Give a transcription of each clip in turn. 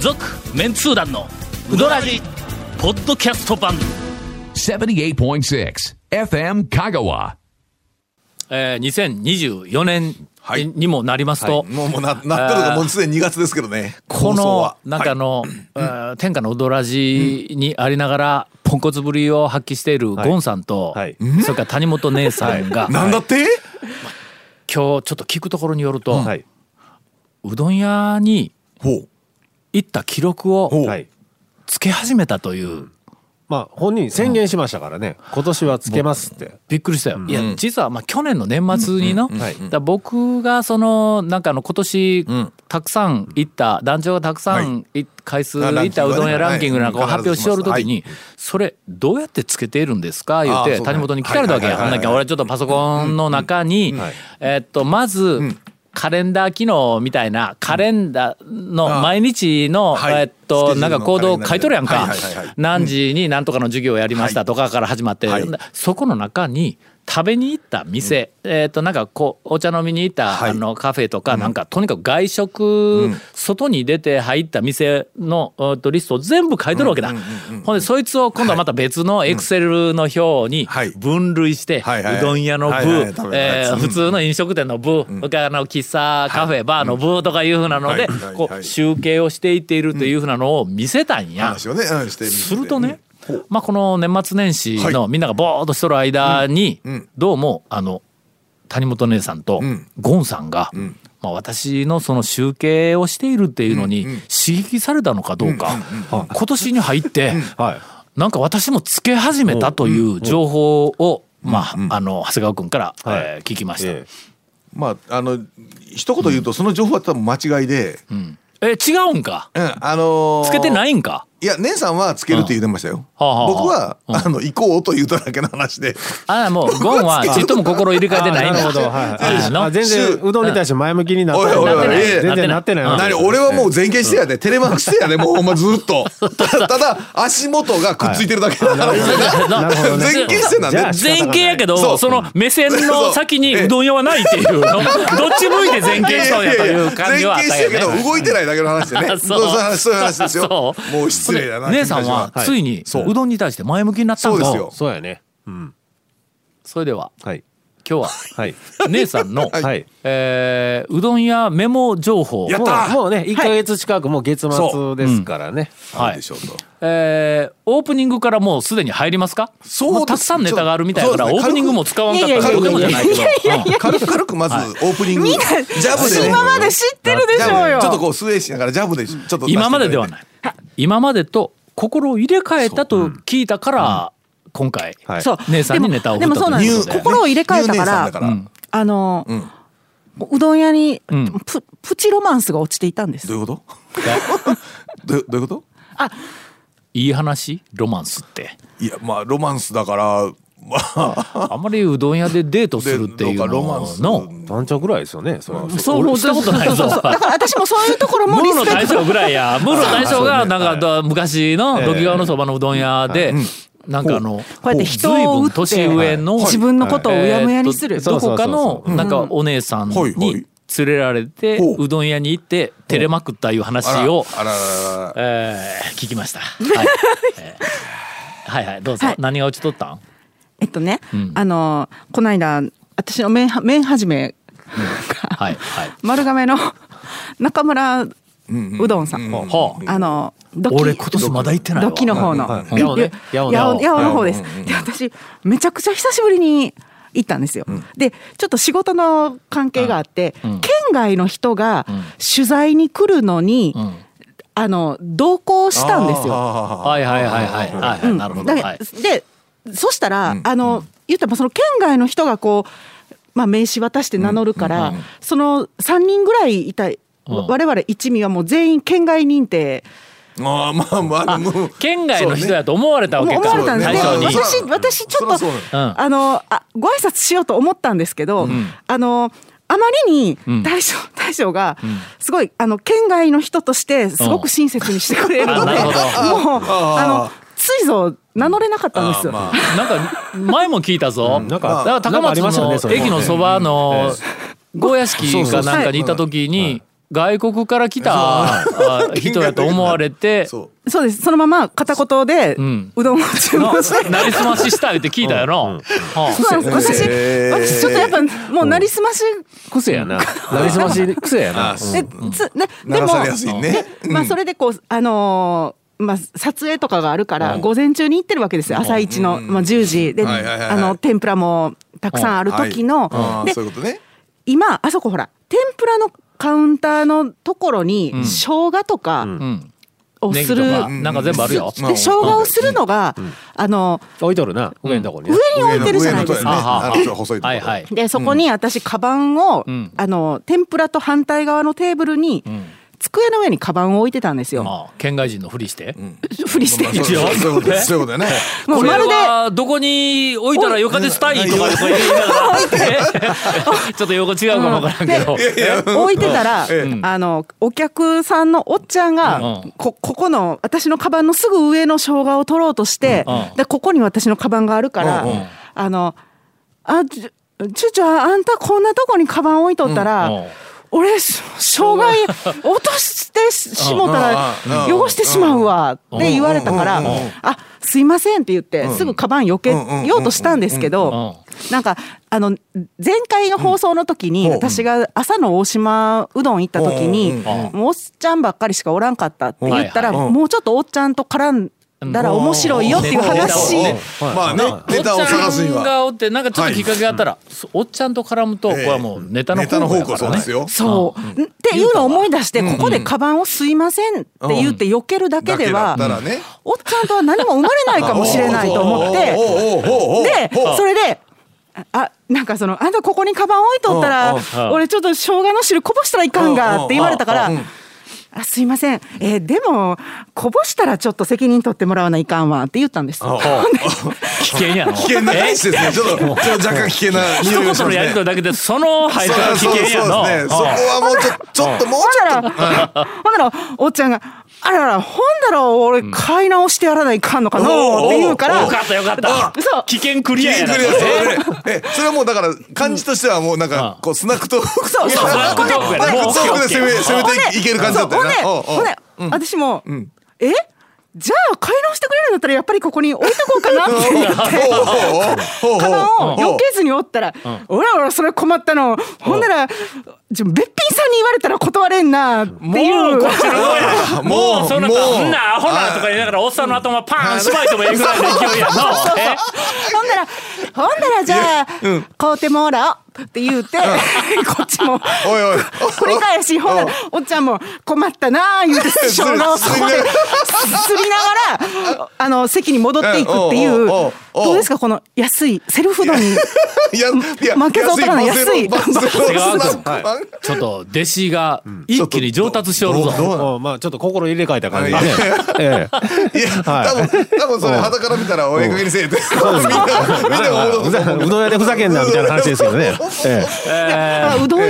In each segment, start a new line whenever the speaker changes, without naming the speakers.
続メンツー団のウドラジポッドキャスト版、
78.6 FM Kagawa.
えー、2024年
はい
にもなりますと、
もうもうななってるのがもうすでに2月ですけどね。
こ
放送
の
は
なんかあの、えー天下のウドラジにありながらポンコツぶりを発揮しているゴンさんと、
はい
それから谷本姉さんが、
はいなんだって？
今日ちょっと聞くところによると、
はい。
うどん屋に
ほう
行った記録を
ほう。
はい。
つけ始めたという、
まあ、本人宣言しましたからね、今年はつけますって。
びっくりしたよ、いや実はまあ去年の年末にの、
は
だ
い
から僕がそのなんかあの今年たくさん行った団長がたくさんい回数
あ
行っ
ランキン
た
グ
う
はね
どん屋ランキングなんかを
はい
発表しておる時に
必
それどうやってつけているんですか言っ
ああ
て
そうだ
谷本に聞かれたわけや
はい
ほん
はいはいはい
なら俺ちょっとパソコンの中に
はい
えっとまずカレンダー機能みたいなカレンダーの毎日の
はい
えっと
スケジュ
な
ー
ん
ル
か
の
行動を書いとるやんか
はいはいはいはい
何時に何とかの授業をやりましたとかから始まって
はい
そこの中に食べに行った店、えっ、となんかこうお茶飲みに行った、
はい
あのカフェとかなんか、とにかく外食、外に出て入った店のえーとリストを全部書いてるわけだ、ほんでそいつを今度はまた別のエクセルの表に
はい
分類して、
はいはいう
どん屋の部、
はいはい食べたや
え
つ
ー
うん
普通の飲食店の部、それからあの喫茶カフェバーの部とかいうふうなので、
はいはい
こ
は
う
い
集計をしていっているというふうなのを見せたんや。
話をね、うんしてみて
するとね、まあ、この年末年始のみんながぼーっとしとる間に
ん
どうもあの谷本姉さんと
ん
ゴンさんが、まあ、私のその集計をしているっていうのに刺激されたのかどうか、今年に入って、
はい。
なんか私もつけ始めたという情報を、まあ、あの長谷川君から、
はい
えー聞きました。
え
まああの一言言うとその情報は多分間違いで、うん、
え違うんか
あのー
つけてないんか
いや姉さんはつけるって言ってましたよ。
はあはあ
僕は、
うん
あの行こうと言うただけの話で、
ああもうゴンはちっとも心入れ替えてないんだ
なるほど。はい
あーの
あ。全然、うどんに対して前向きになって
おいおいおい
なってな
ええ
全然なってない
うん
わけ
な
で
に
す。
俺はもう前傾してやで、テレマークしてやで、もうほんまずっ と。たただ足元がくっついてるだけの話で、
な
なるほどね
前傾してなんで
じゃあ。
前傾やけど
そ
そうの目線の先にうどん屋はないっていうのどっち向いて前傾しとんやという感じはあった
前傾し
よ
てるけど
ね。
動いてないだけの話でね
そ
そううそうそういう話ですよも
そう
う失礼だな
姉さんは
君たち
ついに
そう
うどんに対して前向きになったんだ
そうですよ
そうやね。うん。
それでは
はい。
今日は
はい。
姉さんの、
はい。
えーうどん屋メモ情報、
やっ
も
た
うもうね、1ヶ月近くもう月末ですからね。
あるでしょうと
えーオープニングからもうすでに入りますか
そうです
もたくさんネタがあるみたいだから、
そう
オ
です
ープ
ね
ニングも使わんかったら
軽
と
く
てもじゃないけど。うん
軽く軽くまずオープニングジャブでね
今まで知ってるで
ジ
しょう
ャブ
よ
でちょっとこうスウェーシだからジャブでちょっと
今までではいない今までと心を入れ替えたと聞いたから今回
はい
そう
姉さんにネタを送
で
っ
も
たと
でもそうなん
い
で
う
す
こと
よ
で
心を入れ替えた
入念
か
さん
ら
だから
あの、うどん屋にププチロマンスが落ちていたんです
どういうことどうどういうこと
いい話ロマンスって
いやまあロマンスだからまあ
あんまりうどん屋でデートす
で
るっていう
ど
の
かロマンス
の
団長ぐらいですよね。それは
そう俺したことないぞ
だから私もそういうところも
ム
リ
ーの
スペ
大
クト
将ぐらい やムーの大将がなんかだ昔の土器川のそばのうどん屋でなんかあの
こうやって人を打
随分
って
年上の
自分のことをうやむやにする、
えーっとどこか
そうそう
の
そうそう
なんかお姉さん
はいはい
に連れられて
ほう
うどん屋に行って照れまくったいう
あ
話
ら
を
あらららら
えー、聞きま した。はい、えーはいはいどうぞ、
はい
何が落ちとったん？
えっとね、あのこの間私の麺は麺始めが、
はいはい。
丸亀の中村うどんさん、
はあ、
あのドキ
俺今年まだ行ってないわ。
ドキの方の、
はい
はい
ゆ
八尾ね
ゆ八尾
八尾
八尾の方です。で私めちゃくちゃ久しぶりに行ったんですよ。でちょっと仕事の関係があって、県外の人が取材に来るのに、
ん
あの同行したんですよ。
あー
はいはいはいはいはい、はい、なるほど。
だ
はい
け。でそしたら、あの言ったらその県外の人がこう、まあ、名刺渡して名乗るから、その3人ぐらいいた、我々一味はもう全員県外認定。
あーまあまああのもう
県外の人
そうね
やと思われたわ
思
けか。
われたんです
最
ね
初に
そう。
私私ち
そ
ょっと、
らそう
だようん
あのあご挨拶しようと思ったんですけど、あのあまりに大将、大将がすごいあの県外の人としてすごく親切にしてくれるの
うん
で、
あなる
も
ほど
うあのついぞ名乗れなかったんですよ。
まあ
なんか前も聞いたぞ。
なん
だか
か
ら高
なんかあ
松
りましたよねそ
の
れも
駅のそばのゴーヤ式かなんかにいた時
そうそうそう
に外国から来たあ人やと思われて
そう
そうですそのまま片言で
ん
うどんを注
の
文して、
なりすまししたいって聞いたよな。はあ
そうなんです私
へー
私ちょっとやっぱもうなりすまし
癖やな。なりすまし癖やな。
でつね
流
でも
されやすいね
でまあそれでこうあのーまあ撮影とかがあるから午前中に行ってるわけですよ朝一のまあ10時で
はいはいはいはい
あの天ぷらもたくさんある時の
はいうん
で
そういうことね
今あそこほら天ぷらのカウンターのところに生姜とか
ん
を
ネギ
す
と
る、
かなんか全部あるよ。
で生姜をするのが、あの
置いとるな。上のとこに
上。に置いてるじゃないです
あ
か。
は
あのちょっと細いとこ
はいはい。
でそこに私カバンを、
ん
あの天ぷらと反対側のテーブルに、机の上にカバンを置いてたんですよ。
まあ県外人のふりして。
ふりして
まあそうそうそういうことそういうことだね
も
こ
う
れ
まるで
はどこに置いたらよかですたいとかとか言いな がらえちょっと用語違うかもわからんけど。
で置いてたら、
え
あのお客さんのおっちゃんが、
うん
こここの私のカバンのすぐ上の生姜を取ろうとして、
うん
でここに私のカバンがあるから、
うんうん
あのあちゅちゅちゅああんたこんなとこにカバン置いとったら、
うんうん
俺し生姜落としてしもたら
うんうんうん
汚してしまうわって言われたから
うんうんうんうん
「あすいません」って言ってすぐカバン避けようとしたんですけど。なんかあの前回の放送の時に、
うん
私が朝の大島うどん行った時に、
うん
うん
もうおっちゃんばっかりしかおらんかったって言ったら、
うん
はいはい
もうちょっとおっちゃんと絡んだら面白いよっていう話、
うん
まあねネタを探すに
おっちゃん
は
がおってなんかちょっときっかけがあったら、そおっちゃんと絡むとこれはもうネタの
ネ
方
タの
向
方
やか
向
ら
そうです
ね。
よ
そう、っていうのを思い出して、ここでカバンを「すいません」って言って避けるだけでは、
だけだったらね
おっちゃんとは何も生まれないかもしれないと思って。
おうおうおうおうおうおう
で
おう
それであなんかその「あんたここにカバン置いとった
うん
うん
ら俺ちょっと生姜の汁こぼしたらいかんが」って言われたから「あすいません、えーでもこぼしたらちょっと責任取ってもらわないかんわ」って言ったんです。
危険やの。
危険な話ですねちょっとちょっと若干危険な
一
匂い
言
がしま
の
す
やり取り
ね
だけでその配達は危
そうそう
険や
そう
の。
ですねそこ
うん
はもうちょちょっともう
ほん
ちょ
な
っと
ら、ほんなら、おっちゃんが、あらら、ほんなら、俺、買い直してやらないかんのかのうって言うから、
よかったよかった
そう。
危険ク
い
リア
い
や
ク
な。
リアそうねえそれはもうだから感じとしてはもうなんかこうスナックトーク
そうそう
スナックトーク
ほんで
やなスナックトークで攻め
ほん
攻めていける感じだったよな
そう
おうお
ほ
うん
で、ほんで、私も、えじゃあ買い直してくれるんだったらやっぱりここに置いとこうかなって思って。
おうおうおうおうおう
カバンを
おう
避けずにおったら「おらおらそれ困ったのほんならじゃべっぴんさんに言われたら断れんな」ってい
もう
う
こっちの方や
もう
もうそんな
もう
そんなアホなとか言いながらおっさんの頭パーンしまいてもええぐらいの勢いやのえ
ほんなら、ほんならじゃあ、買うてもらおうって言うて、 こっちも、
おいおい
繰り返し、ほんなら、おっちゃんも困ったなあ言 うて、生姜をそこで、すりながら、あの、席に戻っていくってい
うんおうお
う、
う
ど
おう
うですか、この安い、セルフ丼に。
いやいや
負けそうとかの安い
バスのバスの
違う
スナックマン
ちょっと弟子が一気に上達しておるぞ
どうどうなの
うんまあちょっと心入れ替えた感じでね。え
いや多
はい
分多分それ肌から見たらおえかげにせえってみんなみんなが思うと思う
え。うどん屋でふざけんなみたいな話ですけどね。ええ
だからうどん屋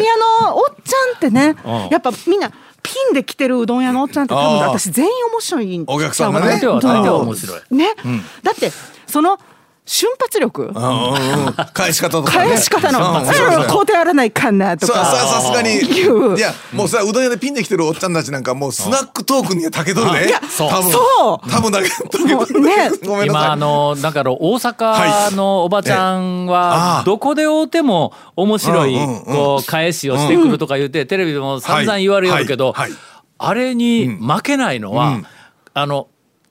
のおっちゃんってね、やっぱみんな、ピンで来てるうどん屋のおっちゃんって多分
あー
私全員面白いんちゃうかな
お客さんがね
相手は相手は面白い
ね、だってその瞬発力
うんうんうん返し方とかね
返し方の
うん
「
そうそうそう
こうてやらないかんな」と
そうさ
か。
さすがに
いう
いやもうさうどん屋でピンできてるおっちゃんたちなんかもうスナックトークにはたけとるね
いや
多分
そ
多分だけ
もうね
ごめんな
今あ
さい
のだから大阪のおばちゃん
は
はいどこで会うても面白い
うんうんうん
こう返しをしてくるとか言ってテレビでも散々言われよるけど
はいはい
あれに負けないの
う
は
ん
あの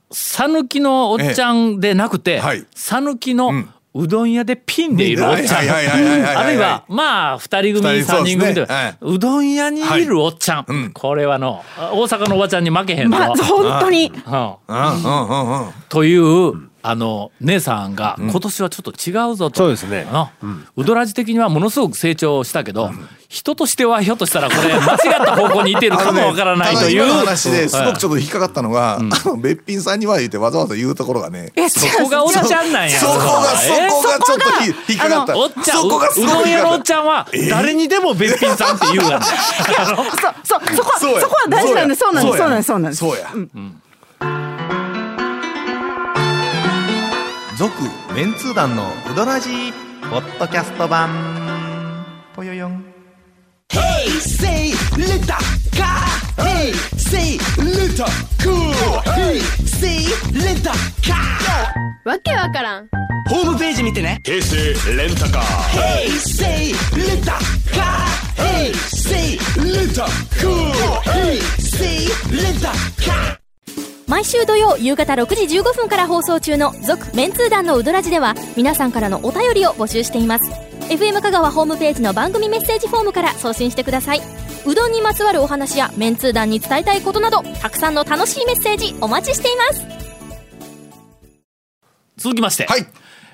讃岐のおっちゃんでなくて
えはい
讃岐のうどん屋でピンでいるおっちゃ
はい
ん
はいはいはいはい
あるいはまあ2人組
二人そう
3人
ですね
組で
は
うどん屋にいるおっちゃ
いうん
んこれはの大阪のおばちゃんに負けへんの
まあ、。本当に
うん
うんうんうんうん
というあの姉さんが今年はちょっと違うぞと、
そうですね
あウドラジ的にはものすごく成長したけど、人としてはひょっとしたらこれ間違った方向にいっているかもわからないとい
あの
う、
ねただ今の話ですごくちょっと引っかかったのが、あのべっぴんさんには言ってわざわざ言うところがね。
え
そこがおっちゃんなんや
そこがそ
え
こがちょっとひ引っかかっ
あ
た。
おっちゃんう
そこがす
う
ご
ど
く
ん
引
屋
っか
の
か
お
っ
っちゃんは誰にでもべっぴんさんって言うがな、
そうそうそこは
そうや
そこは大事なんですそうなんで
そ
すそうう
や
なんですそうなん
た。
です
そうや。
続メンツー団のウドラジーポッドキャスト版ぽよよん
say, lift up, カーヘイセイレンタカーヘイセイレンタカ
わけわからん
ーホームページ見てね平成レンタカーヘイセイレンタカーヘイセイレンタカーヘイセイレンタカー
毎週土曜夕方6時15分から放送中の「続・メンツー団のウドラジでは皆さんからのお便りを募集しています FM 香川ホームページの番組メッセージフォームから送信してくださいうどんにまつわるお話やメンツー団に伝えたいことなどたくさんの楽しいメッセージお待ちしています
続きまして、
はい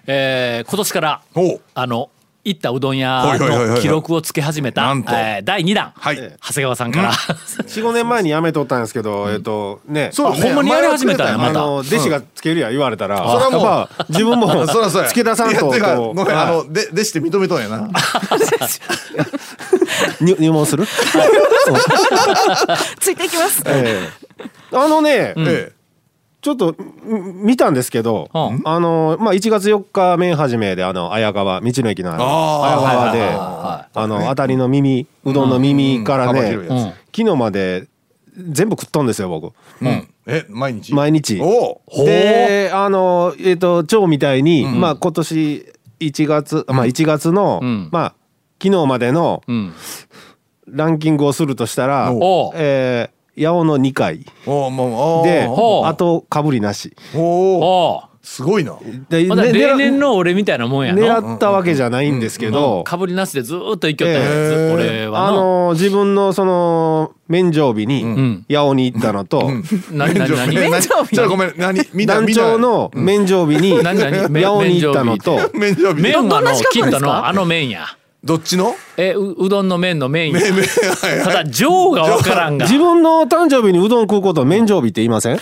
えー今年から
おう
あの行ったうどん
は
屋
いはいはいは
の
い
記録をつけ始めた、
なんと
えー第2弾、
はい
長谷川さんから、
45年前にやめとったんですけど、えっとね
そう
ほんまにやり始めたんや
あ
また
の弟子がつけるや言われたら、
そらもう
やっぱ自 分も
そらそうや
つけ出さんと
いやてか
こ
ご
う
めんあのででして認めとんやな
入入門する、
ついていきます。
ええあのね、
ええ
ちょっとん見たんですけど、
うん
あのまあ1月4日面始めであの綾川道の駅のあの
あー
綾川で
はいはい
あの当たりの耳うどんの耳から
幅
ね、
広いやつ
うん
昨日まで全部食っとんですよ僕
うんえ毎日
毎日
おう
であのえっ、と蝶みたいに、まあ今年1月まあ1月の、
ん
まあ昨日までの
うん
ランキングをするとしたら、
おう
えー八尾の2回
おうもうおう
で
おう
あとかぶりなし
おう
お
すごいな
で
うまだ
ね
例年の俺みたいなもんやの
狙ったわけじゃないんですけど、
かぶりなしでずーっと行きよったやつ、
え
俺
ー
は
あ
の
のー自分のその免状日
ん
に八尾に行ったのと、
何何何
免
何
除 ちょっとごめん何見た
団
見た
長 の免状日に
何
八
何
尾に行ったのと
免除日
麺はの
資格
金
ですか
太のあの麺や
どっちの
えううどんの麺の麺や
免はい
ただ上がわからんが
自
誕
分の誕生日にうどん食うことを免状日って言いません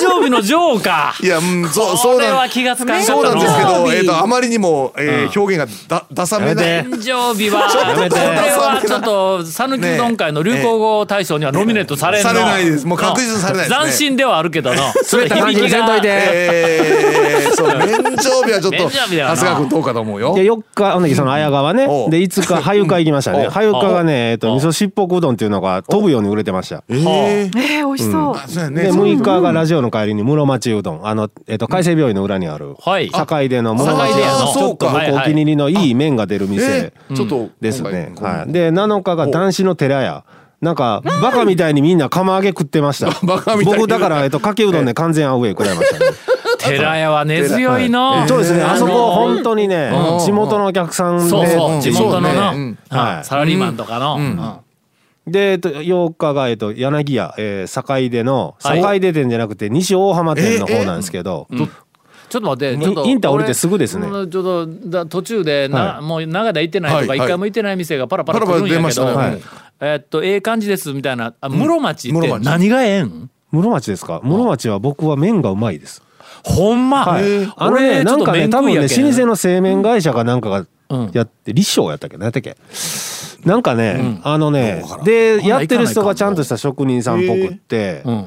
生日の上か
いやうん そうそ
こ
う
れ
な
は
ん
気がつかんか
そう
った
なん
の
ですけ
誕
ど
生日
えっとあまりにもえー表現がだ出さめない
誕生日は
ょっと
これは
ちょっと
ちょっと讃岐うどん会の流行語大賞にはノミネートされんの
されないですもう確実にされないですね
斬新ではあるけどのそれ
全て感じにせんといて
えーそう免除日はちょっと
免除
長
日だよな
谷川君どうかと思うよ
で4日あの時その綾川ね
おう
で5日羽生川行きまし た
お
ね
う
羽生川がねえっ
お
と
う
味噌しっぽくうどんっていうのが飛ぶように売れてました
ええ
えー、美味しそう。
そうやね
で6日がラジオの帰りに室町うどんあの、えっと海星病院の裏にある
はい
堺出の室
堺
町
出やの
のちょっと
そうか
僕お気に入りのいい麺が出る
え
店
ーちょっと
ですね、
今回
はい、で7日が男子の寺屋なんかバカみたいにみんな釜揚げ食ってました
バカみたいに
僕だから、えっと、かけうどんで完全アウェイ食らいましたね
寺屋は根強いの、
そうですね、あそこ
の
本当にね、地元のお客さんで、
そうそう地元の
そう
な
ねうん
はいサラリーマンとかの、うん
で、えっと、8日が、えっと、柳屋、えー、堺出の、
はい
堺出店じゃなくて、西大浜店の方なんですけど、
ちょっと待って、ちょっと
インター降りてすぐですね
俺ちょっとだ途中でな、
は
もう長田行ってないとか
は
一
いはい
回も行ってない店がパラパラ
パ
来
ラパラ
るんや
出
け
まし
ど、
たね
はい
えっとええ感じですみたいなあ室町って
室町
何がええん？
室町ですか室町は僕は麺がうまいです。
ほんま。
はい
俺
あのね、
ちょ
な
っ
ん
と
かね、
面
多
食
分
い
ね、
や
老
けん
舗の製麺会社かなんかが
うん
やって、立正やったっけ何やったっけなんかね、あのね
から、ん
で、やってる人がちゃんとした職人さんっぽくって、
うん。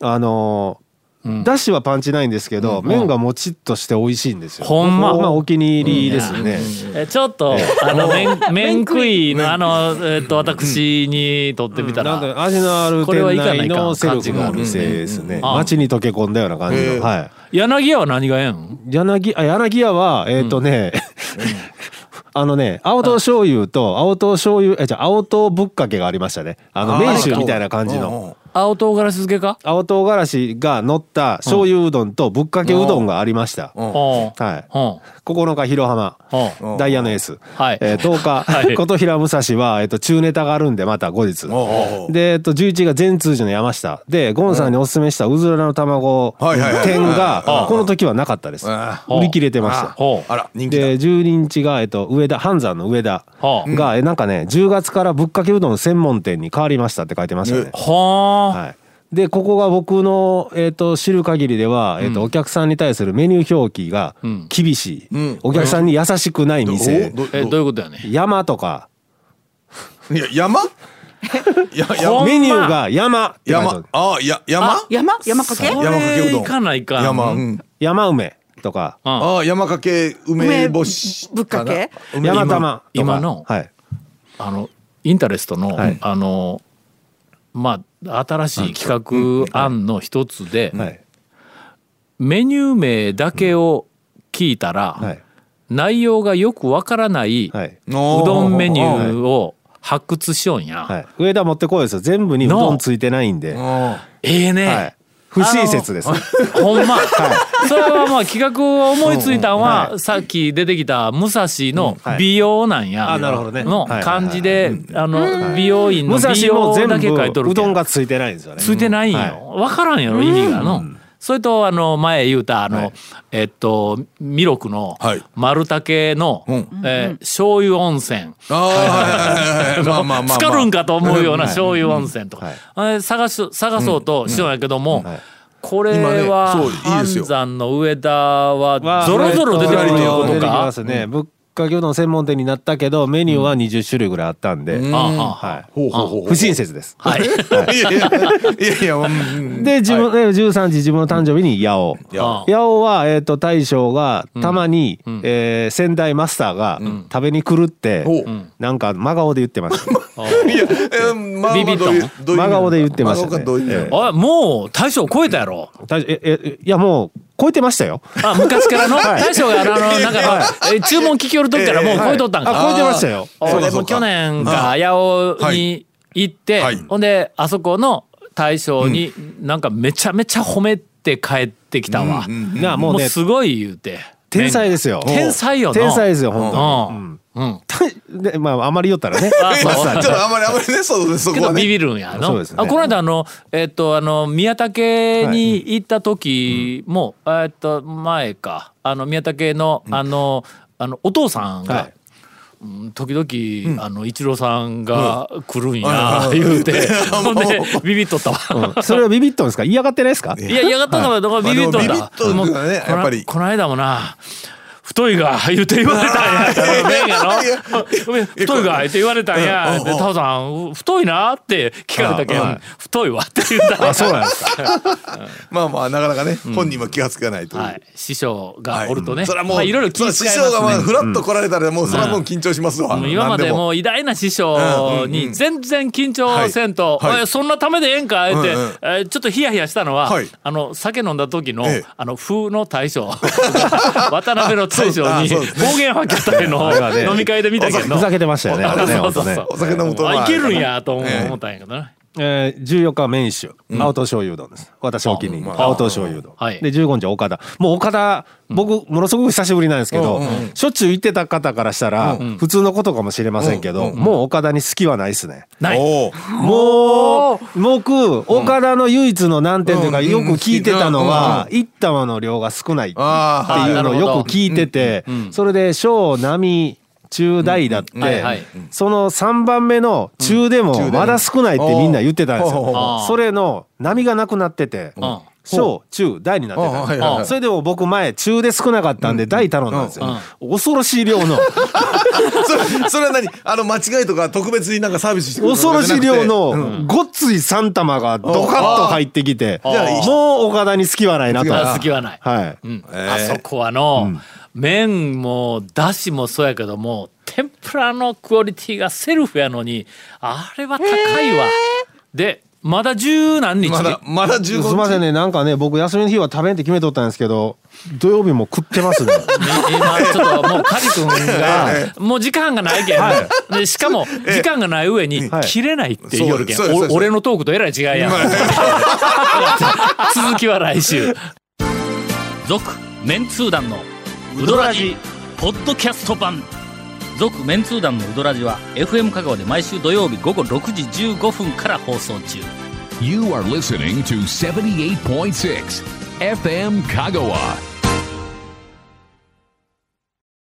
あのー、だしはパンチないんですけど、麺がもちっとして美味しいんですよ。
ほんま
僕はお気に入りですね。
えちょっとあ の麺麺食いのあのえっと私にとってみた
な
ら
んで味のある
これはい
店
かないか
内のセルフのお店ですね。
うんうん
街に溶け込んだような感じ
へえ
の。はい。
柳屋は何がええん？
柳あ柳屋はえっ、とね、 あのね青唐醤油と青唐醤油えじゃあ青唐ぶっかけがありましたねあの名酒みたいな感じの
の
青唐辛子漬けか？
青唐辛子が乗った醤油うどんとぶっかけうどんがありました、
う
う
ん
ん。うん。
はい9日広浜
うん
うん
ダイヤのエース、
はい
えー10日、
はい
琴平武蔵は、えー、と中ネタがあるんでまた後日
おうおう
で、えっと、11が全通寺の山下でゴンさんにおすすめしたうずらの卵
はいはいはい
店
あ
が
あ
この時はなかったです
あ
あ
売り切れてました
ほう
あら人気だ
で12日が、えっと、上田半山の上田
ほう。
が、えなんかね10月からぶっかけうどん専門店に変わりましたって書いてましたね。
ほう。
はいでここが僕の、えっと知る限りでは、えっとお客さんに対するメニュー表記が厳しい、
ん
お客さんに優しくない
お
店、
ど
えど
ど
ういうことやねん。
山とか
いや山 や
ほんま
メニューが山って書いてあ
山
る
あや山
山山かけ
そ
山かけうどん
行かないかん
山うん
山梅とか
ああ山かけ梅干し
梅ぶっかけ
な
山玉とか
今の
はい、
あのインタレストの、
はい
あのまあ新しい企画案の一つで、
はい
メニュー名だけを聞いたら、
はい
内容がよくわからない、
は
う
い
どんメニ
ー。
ューを発掘しようんや、
はい上田持ってこいですよ全部にうどんついてないんで、は
ええね、
い、不親切です、
ほんま、それはまあ企画を思いついたん
うんうんは
はさっき出てきた武蔵の
はい
美容なんや
あなるほどね
の
はい
漢字であの
い
美容院の
武蔵
美
も
容
全部
だけ書いとる
う
け
どん
ん
がついてないんですよね
ついてないん
は
よ分からんやろ意味がのそれとあの前言うたあのえっと弥勒の
はい
丸竹の
うん
えー醤油温泉
ああ、はいはいはいはい。まあまあまあまあ。
つかるんかと思うような
はい
醤油温泉とか、あれ探す探そうとしようやけども、
はい
これ
今ね
は
そういいですよ
半山の上田は
は
ぞろぞろ出てくるということ
出てき
か。
ますね、ぶっかけうどん専門店になったけどメニューは20種類ぐらいあったんで、
うん。
あ
はい
ほうほうほうほう。
不親切です、
はい、
いやいやいやいや、うん
で自分、え13時自分の誕生日に八尾
いや、
八尾は、えー、と大将がたまに、えー先代マスターが食べに来るって、
ほう
なんか真顔で言ってました、
いや、えー、まあ、
ビビったもん
どういうどういう
真顔で言ってましたね
真顔がどういう意味なの
おいもう大将超えたやろ
大将ええいやもう超えてましたよ
あ昔からの大将があのなんかえ注文聞き寄る時 からもう超えとったんか、
あ超えてましたよ
あ
そう
俺
かそ
も
うか
去年が八
あ
尾
は
に
い
行って、
はい
ほんであそこの大将になんかめちゃめちゃ褒めて帰ってきたわ、
なあ
も
も
う
うね
すごい言うて
天才ですよ
天才よな
天才ですよ
う
本
んうん
当に、でまああまり言ったらね
あ
い
そう
やちょっとあんまりあんまりね、そうそ
け
こ
ど
は
ビ
ね。
ビるんやの。
そうですね
あこの間あのえっとあの宮武に行った時も、えっと前かあの宮武のあの、あのお父さんが。
はい
うん時々、あの一郎さんが来るんや、 言うて、ほんでビビっとったわ。
それはビビっとんですか嫌がってないですか
いや、嫌がったのは、だからビビっとん
まあで
だ
もビビっと。ん
も
だ
う
ね
この
やっぱり
この間もな、太いが、 言うて言われたん や。ごめんやろ。ごめん太いが、言うて言われたんや。で、タオさん、太いなって聞かれたけ
あは
ん
い、
太いわって言った。あ、そうなんですか。
まあまあ、なかなかね、本人は気がつかないという。
はい。師匠
は
が
い
おるとね。
それはも
まあ
う、
いろいろ気
そ
遣い
ら
ます
師匠がまあ、
ね。
ふらっと来られたら、もう、それはもう緊張しますわ。
もう今まで
何
もう偉大な師匠に全然緊張せんと「
うんはいはい
おいそんなためでええんか」って、
うんうん
えーちょっとヒヤヒヤしたのは、
はい
あの酒飲んだ時の,、
ええ
あの風の大将 渡辺の大将に
あそうです
暴言吐きたいのを
ね
飲み会で見たけど
ふざけてましたよねあれね
そう
本
そ
当
うそう
ね
お酒飲むと
あいけるんやと思
ええ
思ったんやけどね。
えー、14日はメイン酒、青唐醤油うどんです私お気に入り、
あ
青唐醤油うどん、
はい
で15日は岡田もう岡田僕ものすごく久しぶりなんですけど、しょっちゅう行ってた方からしたら、普通のことかもしれませんけど、もう岡田に好きはないですね、
ない
おう
もう僕岡田の唯一の難点というか、
うん
よく聞いてたのは、
う
一玉の量が少ないって
ああ、
いうのを
あなるほど
よく聞いてて、それで小並中大だって、
うんはいはい
その3番目の中でもまだ少ないってみんな言ってたんですよ、
うん
あー
それの波がなくなってて、
ん
小中大になってたんで
あーはい
すよ
はいはい
それでも僕前中で少なかったんで大頼んだんですよ、恐ろし い量の
それそれは何あの間違いとか特別になんかサービスしてくれると
恐
か
ろ
じゃ
し
ないくて
量
うん
のごっつい3玉がドカッと入ってきて
あー
もう岡田に好きはないなと。
あ好きはない、
はい
うん
ええ
あそこはの、麺もだしもそうやけども天ぷらのクオリティがセルフやのにあれは高いわ、でまだ十何日
まだまだ
す
15
み
日
ませんねなんかね僕休みの日は食べんって決めとったんですけど土曜日も食ってま すね
今ちょっともうカジ君がもう時間がないけん、でしかも時間がない上に
はい
切れないって言うけん、
そうですそうですそうです
お俺のトークとえらい違いやん 続きは来週 続メンツー団のウドラジポッドキャスト版続メンツー団のウドラジは FM 香川で毎週土曜日午後6時15分から放送中
You are listening to 78.6 FM Kagawa.